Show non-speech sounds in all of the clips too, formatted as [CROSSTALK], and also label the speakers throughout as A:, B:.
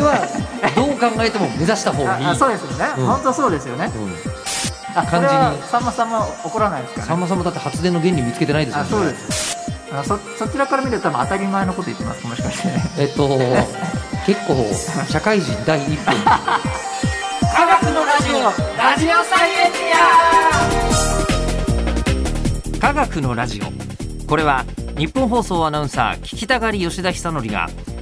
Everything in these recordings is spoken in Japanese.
A: はどう考えても目指した方がいい
B: ああそうですよね、
A: うん
B: 本当そうですよね、
A: うん
B: あこ
A: 感
B: れ
A: じ
B: は
A: に
B: さんまさんも怒らないですか
A: さんまさんもだって発電の原理見つけてないです
B: ら
A: も
B: あ
A: んね
B: そうですあそそちらから見ると多分当たり前のこと言ってますもしかして
A: えっと結構社会人第一歩に
B: 科学のラジオラジオサイエンティ
C: 科学のラジオこれは日本放送アナウンサー聞きたがり吉田久典が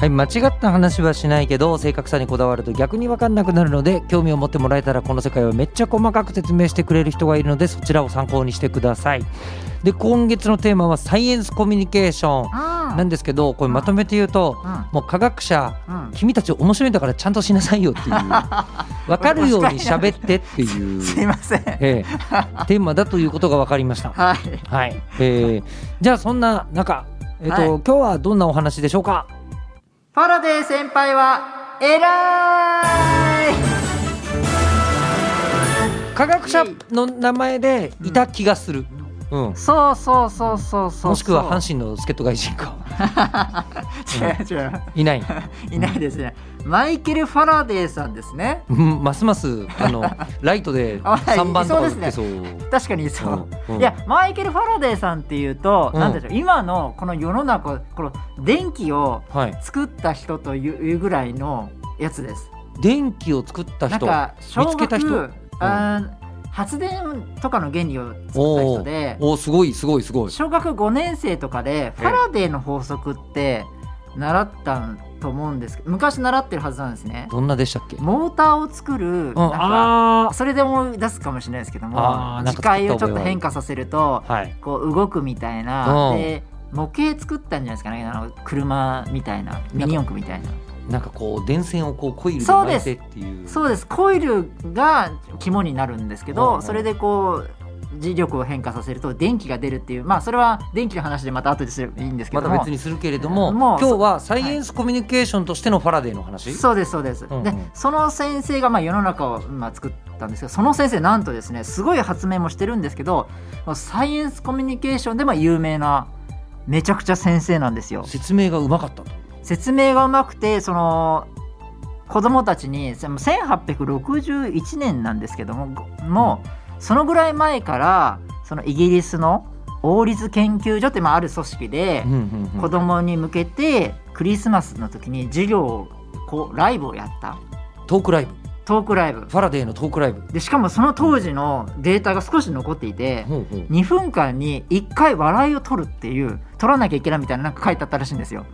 C: はい、間違った話はしないけど正確さにこだわると逆に分かんなくなるので興味を持ってもらえたらこの世界をめっちゃ細かく説明してくれる人がいるのでそちらを参考にしてくださいで今月のテーマはサイエンスコミュニケーションなんですけどこれまとめて言うと
B: うん
C: もう科学者
B: うん
C: 君たち面白いんだからちゃんとしなさいよ
B: [LAUGHS]
C: っていう分かるように喋ってっていう、
B: すいません
C: ええ、テーマだということが分かりました
B: はい
C: はい、えー、じゃあそんな中、えっと
B: はい
C: 今日はどんなお話でしょうか
B: ファラデー先輩は偉い
C: 科学者の名前でいた気がする、うん
B: そうそうそうそうそう
C: もしくは阪神の助っ人外人か
B: 神違う違う [LAUGHS]
C: いない、
B: いないですね。マイケル・ファラデーさんですね。
C: うん、ますますあ
B: [LAUGHS]
C: のライトで
B: あはい
C: 3番とか打って
B: い
C: そ
B: そ
C: う
B: 確かにそう。
C: うんうん
B: いやマイケル・ファラデーさんっていうと、
C: うん
B: なんでしょう今のこの世の中この電気を
C: はい、
B: 作った人というぐらいのやつです。
C: 電気を作った
B: なん
C: 人
B: か小
C: 見つけた
B: 学、
C: 人
B: あー発電とかの原理を作った
C: お
B: 人で
C: ーおーすごいすごいすごい
B: 小学5年生とかでファラデーの法則って習ったと思うんですけど昔習ってるはずなんですね。
C: どんなでしたっけ、うん、
B: モーターを作る、なんか
C: あ
B: それで思い出すかもしれないですけど
C: あ
B: も
C: ーなん
B: 機
C: か作った覚えはあ
B: 械を
C: る
B: ちょっと変化させると
C: ーはい
B: こう動くみたいな
C: うん
B: で模型作ったんじゃないですかねあの車みたいなミニ四駆みたいな
C: なんかこう電線をこうコイルで
B: そ
C: 巻
B: うで
C: い
B: す
C: てっていう
B: そうですコイルが肝になるんですけ
C: うんう
B: ど
C: ん
B: それでこう磁力を変化させると電気が出るっていうまあそれは電気の話でまた後ですればいいんですけ
C: ま
B: ど
C: た
B: も
C: 別にするけれども
B: もう
C: 今日はサイエンスコミュニケーションとしてのファラデーの話、
B: そうですそうです、
C: うんうん
B: でその先生がまあ世の中をまあ作ったんですけどその先生なんとですねすごい発明もしてるんですけどサイエンスコミュニケーションでも有名なめちゃくちゃ先生なんですよ
C: 説明がうまかったと
B: 説明がうまくてその子供たちにその1861年なんですけどももうそのぐらい前からそのイギリスの王立研究所ってまあある組織で、
C: うんうんうん
B: 子供に向けてクリスマスの時に授業をこうライブをやった
C: トークライブ
B: トークライブ
C: ファラデーのトークライブ
B: でしかもその当時のデータが少し残っていて
C: ほうほう
B: 2分間に1回笑いを取るっていう取らなきゃいけないみたいななんか書いてあったらしいんですよ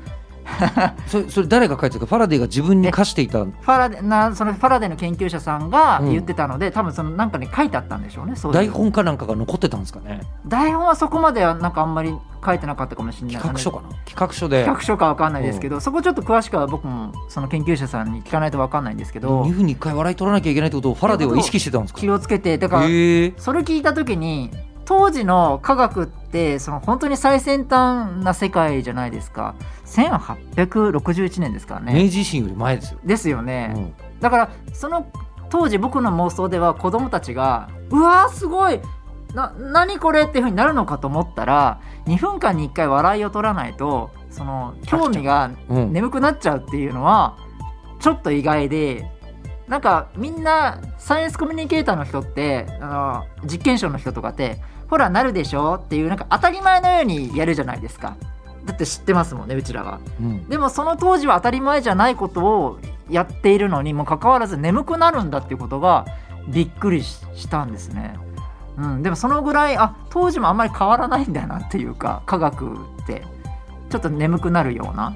C: それそれ誰が書いてたかファラデーが自分に課していた
B: ファラデなそのファラデーの研究者さんが
C: うん
B: 言ってたので、多分そのなんかに書いてあったんでしょうねそういう
C: 台本かなんかが残ってたんですかね
B: 台本はそこまではなんかあんまり書いてなかったかもしれない
C: 企画書
B: あの
C: かな企画書で
B: 企画書かわかんないですけど、そこちょっと詳しくは僕もその研究者さんに聞かないとわかんないんですけど、
C: 2分に1回笑い取らなきゃいけないってことをファラデーは意識してたんですか
B: 気をつけてだから、
C: へえ
B: それ聞いた時に当時の科学ってその本当に最先端な世界じゃないですか1861年ですからね
C: 明治維新より前ですよ、
B: ですよね、
C: うん
B: だからその当時僕の妄想では子供たちが「うわーすごいな何これ!」っていうふうになるのかと思ったら2分間に1回笑いを取らないとその興味が
C: うん
B: 眠くなっちゃうっていうのはちょっと意外でなんかみんなサイエンスコミュニケーターの人ってあの実験者の人とかってほらなるでしょっていうなんか当たり前のようにやるじゃないですかだって知ってますもんねうちらは
C: うん
B: でもその当時は当たり前じゃないことをやっているのにもかかわらず眠くなるんだっていうことがびっくりししたんですね、うん、でもそのぐらいあ当時もあんまり変わらないんだなっていうか科学ってちょっと眠くなるような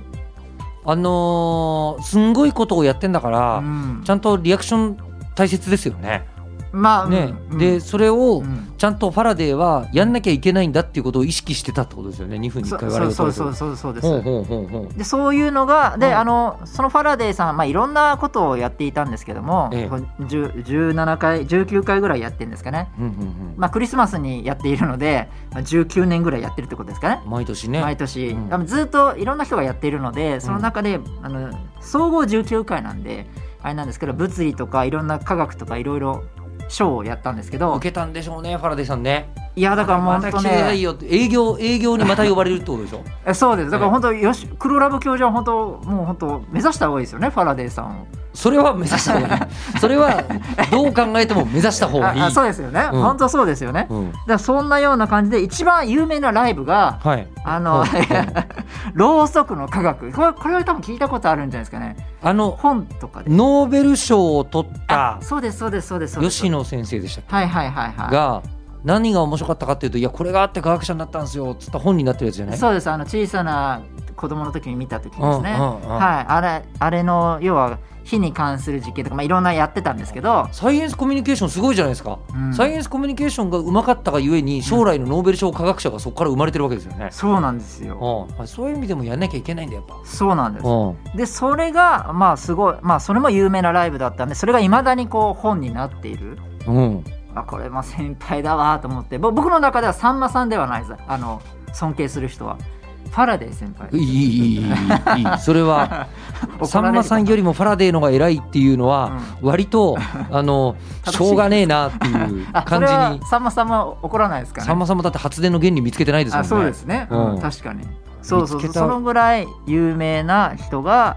C: あのーすんごいことをやってんだから、
B: うん
C: ちゃんとリアクション大切ですよね
B: まあ、
C: ね
B: うん
C: でそれを
B: うん
C: ちゃんとファラデーはやんなきゃいけないんだっていうことを意識してたってことですよね2分に
B: そ
C: 1回
B: そ
C: 笑
B: う
C: いを取
B: そう
C: る
B: そう
C: と
B: そうそうです、
C: ほうほうほうほう
B: でそういうのがで、
C: うん
B: あのそのファラデーさん、まあ、いろんなことをやっていたんですけども、
C: ええ
B: こう10 17回19回ぐらいやってるんですかね、
C: うんうん
B: まあ、クリスマスにやっているのでまあ19年ぐらいやってるってことですかね
C: うん毎年ね
B: 毎年、
C: うん
B: あのずっといろんな人がやっているのでその中で、あの総合19回なんであれなんですけど物理とかいろんな科学とかいろいろ賞をやったんですけど
C: 受けたんでしょうねファラデーさんね
B: いやだからもう
C: ま
B: 本
C: た
B: 当
C: 来てない
B: ね
C: よって営業営業にまた呼ばれるってことでしょ
B: えそうですだから本当よし黒ラブ教授は本当もう本当目指した方がいいですよねファラデーさんを
C: それは目指した方がい
B: [LAUGHS]
C: いそれはどう考えても目指した方がいい
B: ああそうですよね、
C: うん
B: 本当そうですよね、
C: うん
B: だからそんなような感じで一番有名なライブが
C: はい
B: あの
C: うんうん
B: [LAUGHS] ろうそくの科学これこれは多分聞いたことあるんじゃないですかね
C: あの
B: 本とかで
C: ノーベル賞を取った
B: そうですそうですそうですそうです
C: 吉野先生でしたっ
B: はいはいはいは
C: け
B: い
C: が何が面白かったかっていうといやこれがあって科学者になったんですよっつった本になってるやつじゃない
B: そうですあの小さな子供の時に見た時ですね、
C: うんうんうん
B: はいあれあれの要は火に関する実験とか、まあ、いろんなやってたんですけど、
C: サイエンスコミュニケーションすごいじゃないですか、
B: うん
C: サイエンスコミュニケーションがうまかったがゆえに将来のノーベル賞科学者がそこから生まれてるわけですよね、
B: そうなんですよ、
C: うんあそういう意味でもやんなきゃいけないんだやっぱ、
B: そうなんです、
C: うん
B: でそれがまあすごいまあそれも有名なライブだったんでそれがいまだにこう本になっている
C: うん、
B: あこれまあ先輩だわと思ってぼ僕の中ではさんまさんではないですあの尊敬する人はファラデー先輩
C: いいいいいいいい
B: [LAUGHS]
C: いそれはさん
B: 怒られる
C: まさんよりもファラデーのが偉いっていうのは割
B: [LAUGHS]
C: とあの
B: 正しい
C: しょうがねえなっていう
B: あそ
C: 感
B: れ
C: じ
B: は
C: に
B: さんまさんも怒らないですかね
C: さんまさんもだって発電の原理見つけてないですもん
B: あ
C: ね
B: そうですね、うん
C: うん
B: 確かにそうそう
C: 見つ
B: そう
C: けた
B: そのぐらい有名な人が、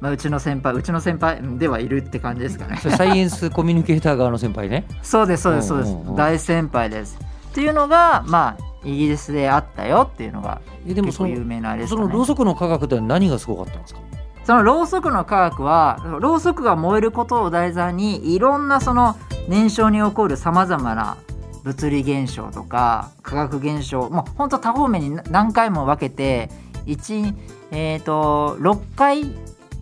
B: まあ、うちの先輩うちの先輩うんではいるって感じですかね
C: それサイエンスコミュニケーター側の先輩ね
B: そうですそうですそうです、
C: うんうんうん
B: 大先輩ですっていうのがまあイギリスであったよっていうのが
C: えでも
B: 結
C: そ
B: 構有
C: の
B: 名なあれです
C: そ
B: か、ね、
C: のろうそくの科学では何がすごかったんですか
B: そのろうそくの科学はろうそくが燃えることを題材にいろんなその燃焼に起こるさまざまな物理現象とか化学現象もうほんと多方面に何回も分けて1えっ、と6回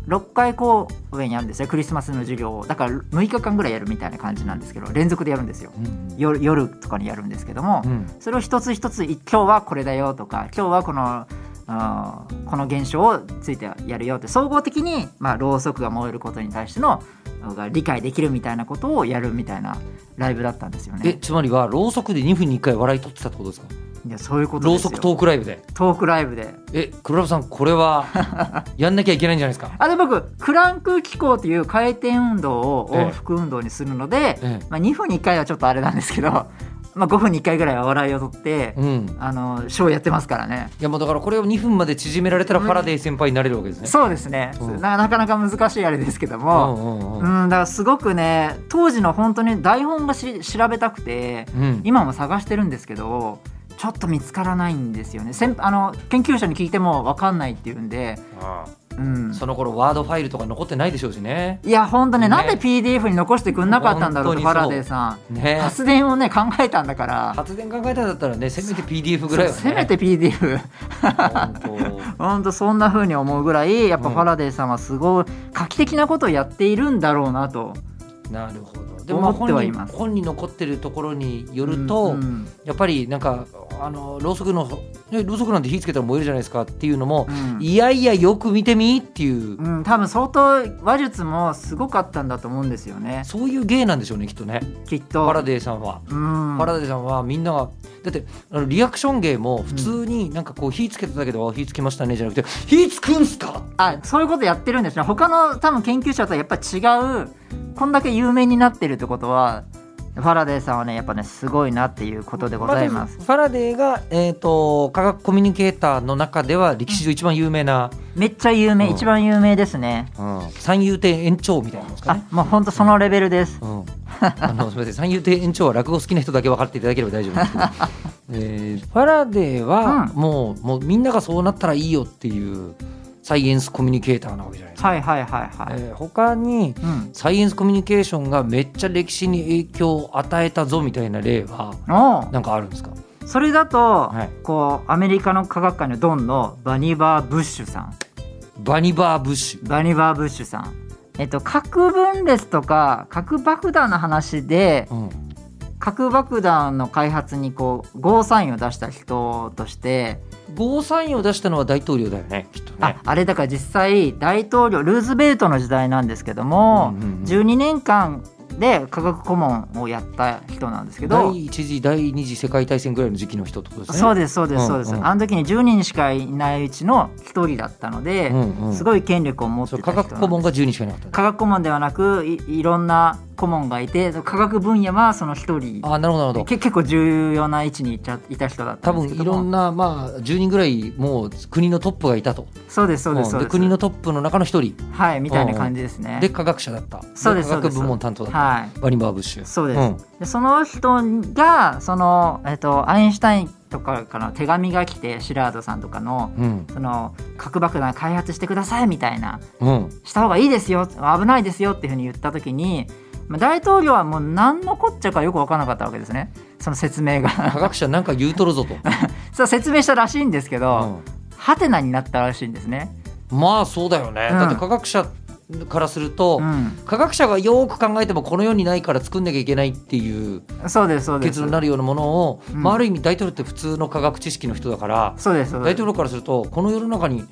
B: 6回こう上にあるんですよクリスマスの授業をだから6日間ぐらいやるみたいな感じなんですけど連続でやるんですよ
C: うん
B: 夜夜とかにやるんですけども、
C: うん
B: それを一つ一つい今日はこれだよとか今日はこのあーこの現象をついてやるよって総合的に、まあ、ろうそくが燃えることに対してのが理解できるみたいなことをやるみたいなライブだったんですよ
C: え
B: ね。
C: つまりはろうそくで2分に1回笑い取ってたってことですか
B: いやそういうこと
C: ろ
B: で
C: う
B: すよ
C: そくトークライブで
B: トークライブで。
C: え黒ラブさんこれ
B: [LAUGHS]
C: はやんなきゃいけないんじゃないですか
B: あれ僕クランク機構という回転運動を往復運動にするので、
C: ええ
B: まあ、2分に1回はちょっとあれなんですけど、 [LAUGHS] まあ、5分に1回ぐらいは笑いを取って、
C: うん
B: あのショーやってますからね。
C: いやもうだからこれを2分まで縮められたら
B: うん
C: ファラデー先輩になれるわけですね、
B: そうですね、
C: うん
B: ななかなか難しいあれですけど
C: うんうん
B: も、
C: うん
B: うん、だからすごくね当時の本当に台本がし調べたくて
C: うん
B: 今も探してるんですけどちょっと見つからないんですよね先あの研究者に聞いても分かんないっていうんで、うん、
C: その頃ワードファイルとか残ってないでしょうしね
B: いや本当
C: ね
B: ねなんで PDF に残してくんなかったんだろうとファ
C: 本当にそ
B: ラ
C: う
B: デーさん
C: ね
B: 発電をね考えたんだから
C: 発電考えたんだったらねせめて PDF ぐらいはね
B: せめて PDF
C: 本
B: 本当そんな風に思うぐらいやっぱ
C: うん
B: ファラデーさんはすごい画期的なことをやっているんだろうなと
C: 当なるほどでもまあ
B: 思って
C: 本
B: はい
C: に
B: ます
C: 本に残ってるところによると、
B: うんうん
C: やっぱりなんかあのろうそくのねろうそくなんて火つけたら燃えるじゃないですかっていうのも、
B: うん
C: いやいやよく見てみっていう、
B: うん、多分相当話術もすごかったんだと思うんですよね
C: そういう芸なんでしょうねきっとね
B: きっ
C: フ
B: と
C: ァラデーさんは。
B: うん
C: ファラデーさんはみんながだってあのリアクション芸も普通になんかこう火つけただけで「あ火つきましたね」じゃなくて「火つくんすか!
B: あそういうことやってるんですね他の多分研究者とはやっぱ違うこんだけ有名になってるってことはファラデーさんはねやっぱねすごいなっていうことで」ございます
C: ファラデーが、えー、と科学コミュニケーターの中では歴史上一番有名な、
B: めっちゃ有名、
C: うん
B: 一番有名ですね
C: 三遊亭延長みたいなもんですか
B: あ
C: ね。
B: もうほんとそのレベルです
C: うんあのすみません三遊亭延長は落語好きな人だけ分かっていただければ大丈夫
B: [LAUGHS]
C: ですけど、えーファラデーは
B: うん
C: もう,、もうみんながそうなったらいいよっていうサイエンスコミュニケーターなわけじゃないですか。
B: はいはいはいはい、
C: えー他に
B: うん
C: サイエンスコミュニケーションがめっちゃ歴史に影響を与えたぞみたいな例は
B: おう
C: なんかあるんですか
B: それだと、
C: はい
B: こうアメリカの科学界のドンのバニバー・ブッシュさん
C: バニバー・ブッシュ
B: バニバー・ブッシュさんえっと、核分裂とか核爆弾の話で
C: うん
B: 核爆弾の開発にこうゴーサインを出した人として、
C: ゴーサインを出したのは大統領だよねきっとね
B: ああれだから実際大統領ルーズベルトの時代なんですけども、
C: うんうんうん
B: 12年間で科学顧問をやった人なんですけど。
C: 第一次第二次世界大戦ぐらいの時期の人ってことですね
B: そう
C: で
B: ですそうですそうです、
C: うんうん
B: あの時に10人しかいないうちの1人だったので、
C: うんうん
B: すごい権力を持って
C: そ
B: た
C: う科
B: 人なんです
C: 学顧問が10人しかいなかったんだ
B: 科学顧問ではなくいいろんな顧問がいて科学分野はその一人
C: あなるほどなるほど
B: け結構重要な位置にいたいた人だった
C: 多
B: んで
C: 分
B: すけど
C: いろん
B: な
C: なまあ10人ぐらいもう国のトップがいたと
B: そうですそうですそううんです、
C: 国のトップの中の一人
B: はいみたいな感じですね、
C: で科学者だった
B: そうです
C: 科
B: そうで
C: 学
B: す
C: 部門担当だった
B: はい
C: バニバーブッシュ
B: そうです、
C: うん
B: でその人がその、えっとアインシュタインとかから手紙が来てシラードさんとかの
C: うん
B: その核爆弾開発してくださいみたいな
C: うん
B: した方がいいですよ危ないですよっていうふうに言った時にまあ大統領はもう何のこっちゃかよく分からなかったわけですねその
C: [LAUGHS]
B: 説明
C: 科
B: が
C: 学者なんか言うとるぞと、
B: [LAUGHS] そう説明したらしいんですけど、
C: う
B: ハテナになったらしいんですね、
C: んまあそうだよね、
B: うん
C: だって科学者からすると、
B: うん、
C: 科学者がよく考えてもこの世にないから作んなきゃいけないっていう
B: そうですそうです
C: 結論になるようなものを、
B: うん
C: まあ、ある意味大統領って普通の科学知識の人だから、
B: そうですそう
C: 大
B: です
C: 統領からするとこの世の中に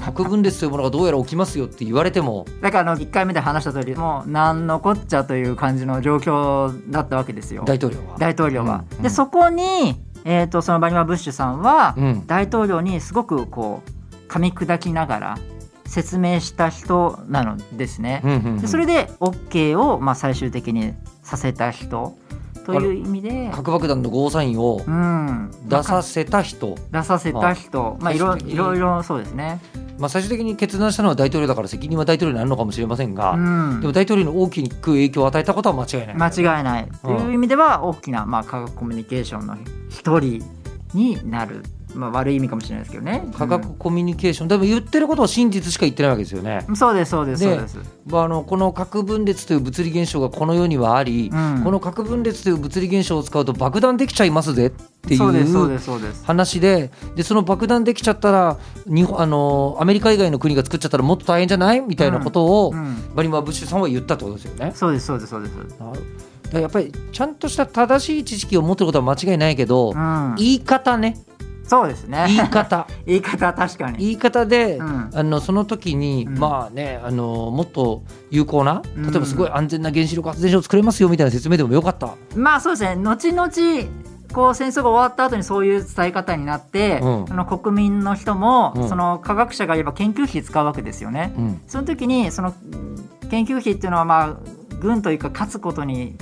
C: 核分裂というものがどうやら起きますよって言われても
B: だからあの1回目で話した通りもう何のこっちゃという感じの状況だったわけですよ
C: 大統領は。
B: 大統領は。
C: うんう
B: で
C: ん
B: そこに、えー、とそのバニマ・ブッシュさんは
C: うん
B: 大統領にすごくこう噛み砕きながら説明した人なのですね。
C: うんうんうん
B: でそれで OK を、まあ、最終的にさせた人という意味で、
C: 核爆弾のゴーサインを
B: うん、
C: 出させた人、
B: 出させた人、まあ、いろ
C: 最終的に
B: いろいろそうですね。
C: まあ、最終的に決断したのは大統領だから責任は大統領になるのかもしれませんが、
B: うん
C: でも大統領に大きく影響を与えたことは間違いない。
B: 間違いないと
C: う
B: い
C: ん
B: う意味では大きな、まあ、科学コミュニケーションの一人になる、まあ、悪い意味かもしれないですけどね。
C: 科学コミュニケーション、でも言ってることは真実しか言ってないわけですよね
B: う。んそうですそうです
C: で
B: そうです。
C: まあ、あのこの核分裂という物理現象がこの世にはあり、
B: うん
C: この核分裂という物理現象を使うと爆弾できちゃいますぜってい
B: そうですそう
C: う
B: ですそうです。
C: 話ででその爆弾できちゃったら日本あのアメリカ以外の国が作っちゃったらもっと大変じゃないみたいなことを、
B: うん、
C: バニマ・ブッシュさんは言ったってことですよね。
B: そうですそうですそうです。うん、
C: なるだからやっぱりちゃんとした正しい知識を持ってることは間違いないけど、言い方ね
B: そうですね。
C: 言い方
B: [LAUGHS] 言い方は確かに。
C: 言い方で、
B: うん
C: あのその時に、
B: うん
C: まあねあのもっと有効な
B: うん
C: 例えばすごい安全な原子力発電所を作れますよみたいな説明でもよかった、
B: まあそうですね。後々こう戦争が終わった後にそういう伝え方になって、
C: うん
B: その国民の人も、
C: うん
B: その科学者が言えば研究費使うわけですよね。
C: うん
B: その時にそのうん研究費っていうのはまあ軍というか勝つことに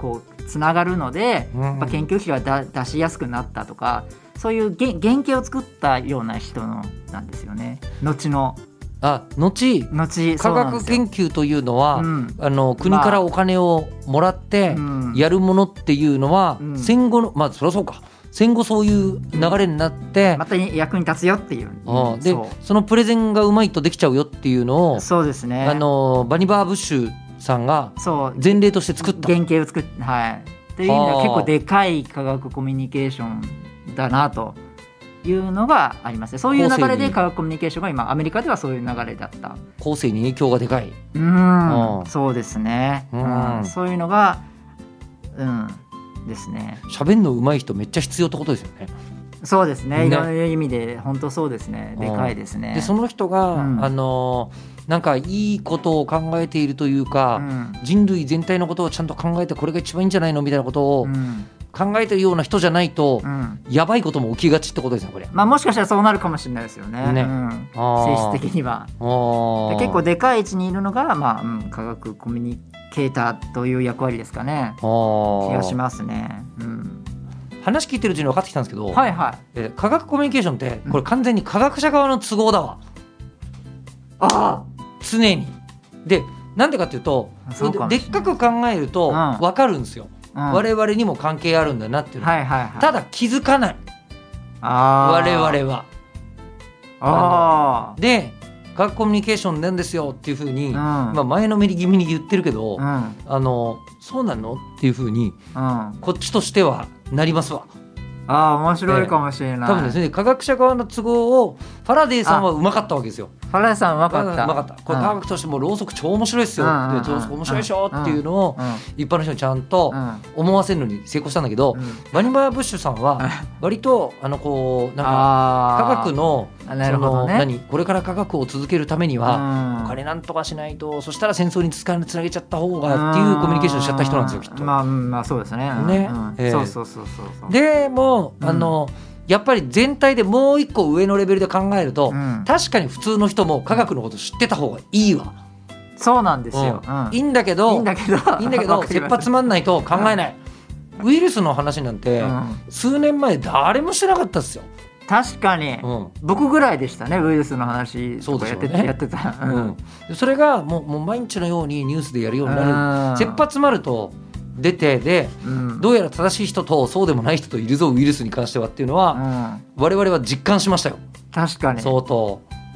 B: こうつながるので、
C: うん
B: やっぱ研究費はだ出しやすくなったとか。そういうげ原型を作ったような人のなんですよね。後の
C: あ後
B: 後
C: 科
B: そうなんで
C: 学
B: すよ
C: 研究というのは、
B: うん
C: あの国からお金をもらって
B: うん
C: やるものっていうのは、
B: うん
C: 戦後のまあそりゃそうか戦後そういう流れになって、
B: また役に立つよっていう。
C: あで
B: そ
C: そのプレゼンがうまいとできちゃうよっていうのを
B: う。そうですね。
C: あのバニバー・ブッシュさんが
B: そう
C: 前例として作った
B: 原型を作ってはい。という意味では
C: はあ
B: 結構でかい科学コミュニケーションだなというのがありますね。そういう流れ
C: 後世
B: で
C: に
B: 科学コミュニケーションが今アメリカではそういう流れだった。
C: 後世に影響がでかい、
B: う
C: うん
B: ん、そうですね。
C: うん
B: うんそういうのがうんですね。
C: 喋んの上手い人めっちゃ必要ってことですよね。
B: そうですね。
C: ね
B: いろいろ意味で本当そうですね。でかいですね。
C: でその人が、
B: うん
C: あのなんかいいことを考えているという
B: う
C: か、
B: ん
C: 人類全体のことをちゃんと考えてこれが一番いいんじゃないのみたいなことを
B: うん
C: 考えてるような人じゃないと、
B: うん。
C: やばいことも起きがちってことですねこれ。
B: まあもしかしたらそうなるかもしれないですよね。
C: ね
B: うん
C: あ
B: 性
C: ー
B: 質的には。
C: あー
B: 結構でかい位置にいるのが、まあうん、科学コミュニケーターという役割ですかね
C: あー
B: 気がしますね。うん、
C: 話聞いてるうちに分かってきたんですけど、
B: はいはい。
C: えー科学コミュニケーションってこれ完全に科学者側の都合だわ
B: あ
C: 常に。でなんでかっていうと
B: あそうかもしれ
C: で
B: ない
C: っかく考えると
B: うん
C: 分かるんですよ、
B: あ、うん、
C: 我々にも関係あるんだなっていうのは、
B: はいはいはい。
C: ただ気づかない
B: あ
C: 我
B: ー
C: 々は。
B: あー
C: で科学コミュニケーションなんですよっていうふうに、
B: うん
C: まあ、前のめり気味に言ってるけど、
B: うん
C: あのそうなのっていうふうに
B: うん
C: こっちとしてはなりますわ。
B: ああ面白いかもしれない、
C: 多分ですね科学者側の都合をファラデーさんはうまかったわけですよ。
B: ファライさんうま
C: う
B: か
C: ま
B: った
C: かった。これ科学としてもろうそく超面白いですよ。
B: うんうんうん
C: で超面白いでしょっていうのを
B: うんうん
C: 一般の人にちゃんと思わせるのに成功したんだけど、
B: うん
C: マニマ・ブッシュさんは割とあのこうなんか科
B: あ
C: 学の
B: あなるほどね
C: その何これから科学を続けるためには、
B: は
C: お金なんとかしないとそしたら戦争につかつなげちゃった方がっていうコミュニケーションしちゃった人なんですよきっと。
B: まあうんまあそうですねうん
C: ね
B: うん
C: ええ
B: そうそうそうそうそう
C: でも
B: うん
C: あの、やっぱり全体でもう一個上のレベルで考えると、
B: うん
C: 確かに普通の人も科学のこと知ってた方がいいわ。
B: そうなんですよ、
C: う
B: うんん
C: いいんだけど
B: いいんだけど
C: いいんだけど
B: わかり
C: 切
B: ま
C: 羽
B: す
C: 詰まんないと考えない。ウイルスの話なんて、
B: うん
C: 数年前誰もしてなかったですよ。
B: 確かに、
C: うん
B: 僕ぐらいでしたねウイルスの話
C: そう
B: と
C: です
B: か
C: よ
B: やっ
C: ね
B: て,、やってた、う
C: うんでそれがもうもう毎日のようにニュースでやるようになる。切羽詰まると出てで
B: うん
C: どうやら正しい人とそうでもない人といるぞウイルスに関してはっていうのは、
B: うん
C: 我々は実感しましたよ
B: 確かにそう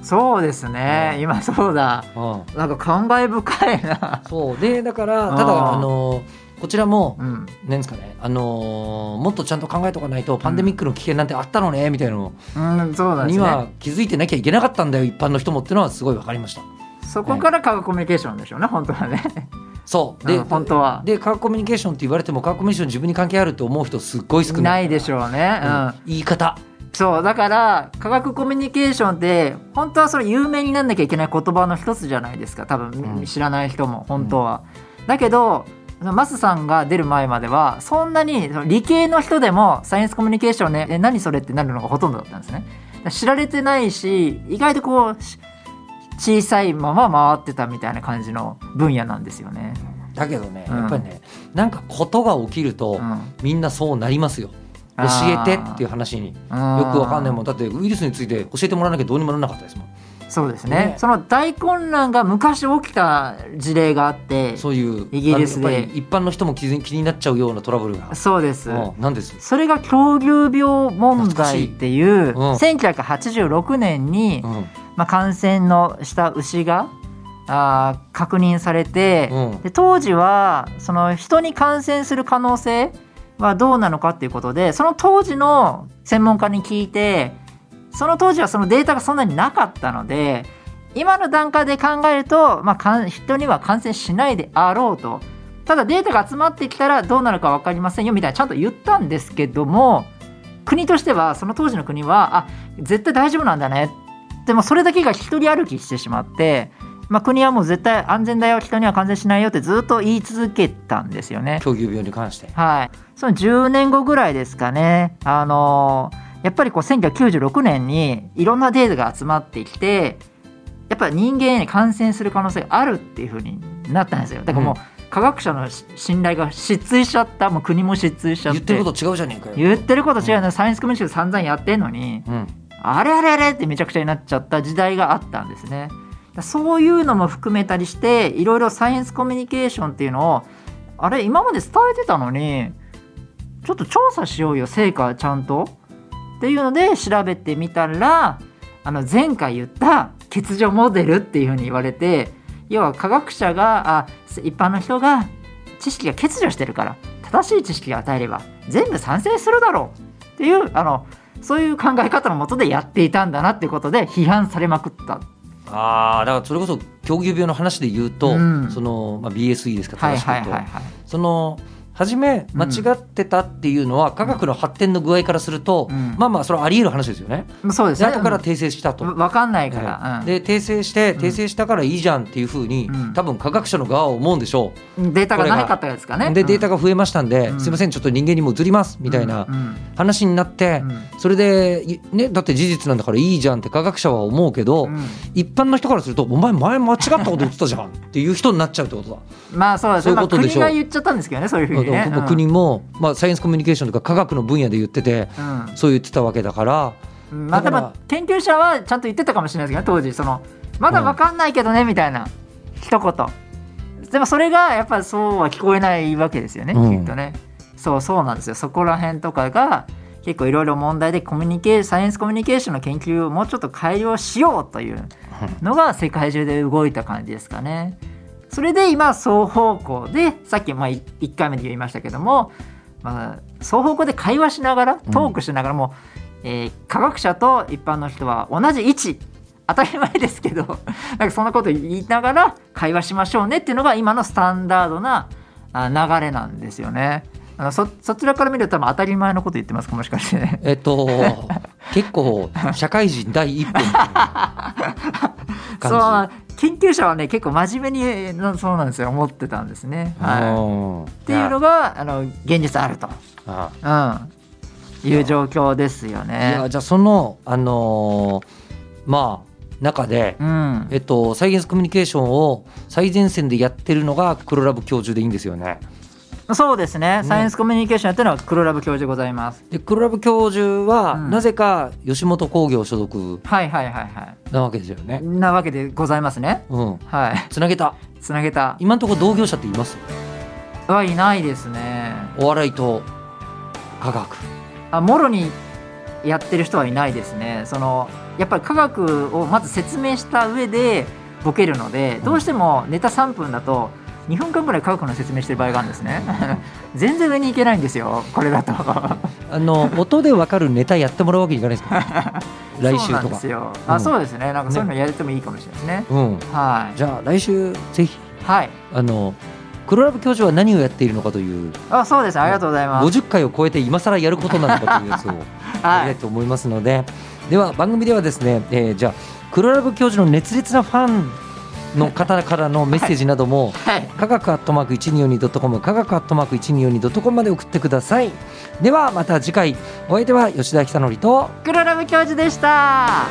C: 相当、
B: ですね、
C: う
B: 今そうだ
C: うん、
B: なんか感慨深いな
C: そうでだからただ
B: あー
C: あのこちらも
B: うん
C: なんですかねあのもっとちゃんと考えとかないとパンデミックの危険なんてあったのねみたいなの
B: うんそうなんで
C: に
B: すね
C: は気づいてなきゃいけなかったんだよ一般の人もっていうのはすごい分かりました
B: そこから科学コミュニケーションでしょうね本当はね
C: そう
B: で
C: で
B: 本当は
C: で科学コミュニケーションって言われても科学コミュニケーション自分に関係あるって思う人すっごい少ない
B: ないでしょうね
C: う
B: うん
C: ん、言い方
B: そうだから科学コミュニケーションって本当はそれ有名になんなきゃいけない言葉の一つじゃないですか多分、
C: うん
B: 知らない人も本当は、だけどマスさんが出る前まではそんなにその理系の人でもサイエンスコミュニケーションねえ何それってなるのがほとんどだったんですねだから知られてないし意外とこうし小さいまま回ってたみたいな感じの分野なんですよね、
C: だけどね
B: うん
C: やっぱりねなんかことが起きると
B: うん、
C: みんなそうなりますよ教えてっていう話によ
B: よ
C: くわかんないもんだってウイルスについて教えてもらわなきゃどうにもならなかったですもん
B: そうですね
C: ね
B: その大混乱が昔起きた事例があって
C: そういう
B: イギリスで
C: あのやっぱり一般の人も気に気になっちゃうようなトラブルが
B: そうです、
C: うんなんです
B: それが狂牛病問題っていう、
C: 懐かし
B: 1986年に、
C: うん
B: まあ、感染のした牛があー確認されて、
C: うん
B: で当時はその人に感染する可能性はどうなのかっていうことでその当時の専門家に聞いてその当時はそのデータがそんなになかったので今の段階で考えると、まあかん、人には感染しないであろうとただデータが集まってきたらどうなるか分かりませんよみたいなちゃんと言ったんですけども国としてはその当時の国はあ絶対大丈夫なんだねでもそれだけが一人歩きしてしまって、まあ、国はもう絶対安全だよ人には感染しないよってずっと言い続けたんですよね。
C: 狂牛病に関して
B: はい、その10年後ぐらいですかね、あのーやっぱりこう1996年にいろんなデータが集まってきてやっぱり人間に感染する可能性があるっていうふうになったんですよだからもう、科学者のし信頼が失墜しちゃったもう国も失墜しちゃっ
C: 言
B: て
C: ってること違うじゃねえかよ
B: 言ってること違うな、サイエンスコミュニケーション散々やってんのに、
C: うん
B: あれあれあれってめちゃくちゃになっちゃった時代があったんですね。そういうのも含めたりしていろいろサイエンスコミュニケーションっていうのをあれ今まで伝えてたのにちょっと調査しようよ成果ちゃんとっていうので調べてみたらあの前回言った欠如モデルっていうふうに言われて要は科学者があ一般の人が知識が欠如してるから正しい知識を与えれば全部賛成するだろうっていうあのそういう考え方のもとでやっていたんだなっていうことで批判されまくった。
C: ああだからそれこそ狂牛病の話で言うと
B: うん
C: そのまあ BSE ですか
B: はい
C: 正しく
B: はい
C: 言う
B: はい
C: と
B: はい。
C: その初め間違ってたっていうのは科学の発展の具合からすると
B: うん
C: まあまあそれはあり得る話ですよね
B: まあそうです
C: で
B: ね。
C: 後から訂正したと
B: うんわかんないか
C: は
B: ら。
C: い
B: うん
C: で訂正して
B: うん
C: 訂正したからいいじゃんっていうふうに、
B: うん
C: 多分科学者の側は思うんでしょ
B: データがないかったですか
C: う、
B: ね。
C: でデータ
B: が
C: が増えましたんで、
B: うん
C: すいませんちょっと人間にも移りますみたいな話になって、それで、いね、だって事実なんだからいいじゃんって科学者は思うけど、一般の人からすると「お前前間違ったこと言ってたじゃん」っていう人になっちゃうってことだ。
B: まあそうです
C: そう
B: ね。
C: いうこ
B: まあ
C: とで
B: 国
C: しょう
B: が言っちゃったんですけどね、そういうふうにね。
C: まあ国も、まあ、サイエンスコミュニケーションとか科学の分野で言ってて
B: うん
C: そう言ってたわけだから
B: うんまあ
C: だ
B: 多
C: から
B: 分研究者はちゃんと言ってたかもしれないですけどね当時そのまだわかんないけどねみたいな一言でもそれがやっぱそうは聞こえないわけですよね、
C: うん
B: きっとねそうそうなんですよそこら辺とかが結構いろいろ問題でコミュニケーサイエンスコミュニケーションの研究をもうちょっと改良しようというのが世界中で動いた感じですかねそれで今双方向でさっきまあ1回目で言いましたけどもまあ、双方向で会話しながらトークしながらも、うえー科学者と一般の人は同じ位置当たり前ですけどなんかそんなこと言いながら会話しましょうねっていうのが今のスタンダードなあ流れなんですよね。あのそそちらから見ると多分当たり前のこと言ってますかもしかして、ね、
C: えっ
B: [LAUGHS]
C: と結構社会人第一歩みたいな
B: [LAUGHS] そう
C: 感
B: 研究者はね結構真面目にえーそうなんですよ思ってたんですね。
C: じ。
B: はい、
C: うん
B: っていうのがあの現実あると、
C: あ
B: うん、いう状況ですよ
C: い
B: ね
C: や。じゃあそのあのーまあ中で、
B: うん
C: えっと、サイエンスコミュニケーションを最前線でやってるのが黒ラブ教授でいいんですよね。
B: そうですね。サイエンスコミュニケーションやってるのは黒ラブ教授でございます。
C: で黒ラブ教授は、
B: うん
C: なぜか吉本興業所属
B: はいはいはいは
C: なわけですよ
B: い。
C: ね。
B: なわけでございますね。
C: うん、
B: はい。
C: つなげた
B: つなげた
C: 今のところ同業者っています
B: はいないですね。
C: お笑いと科
B: [LAUGHS]
C: 学
B: あもろにやってる人はいないですね。そのやっぱり科学をまず説明した上でボケるので、どうしてもネタ3分だと。2分間ぐらい科学の説明してる場合があるんですね
C: [LAUGHS]
B: 全然上に行けないんですよこれだと
C: あの音でわかるネタやってもらうわけにいかないですか [LAUGHS]
B: [LAUGHS]
C: 来週
B: そうなん
C: と
B: で
C: か
B: すよ
C: うん
B: あそうですねなんかそういうのやれてもいいかもしれないです
C: う
B: ね
C: ん
B: は
C: じゃあ来週ぜひ
B: いはい
C: あの黒ラブ教授は何をやっているのかという
B: あそうですありがとうございます
C: 50回を超えて今更やることなのかというやつをやり
B: [LAUGHS] は
C: た
B: い
C: いと思いますので、では番組ではですね、えーじゃあ黒ラブ教授の熱烈なファンの方からのメッセージなども、
B: はい
C: 科学アットマーク 1242.com 科学アットマーク 1242.com まで送ってくださいではまた次回お相手は吉田久典と
B: 黒ラブ教授でした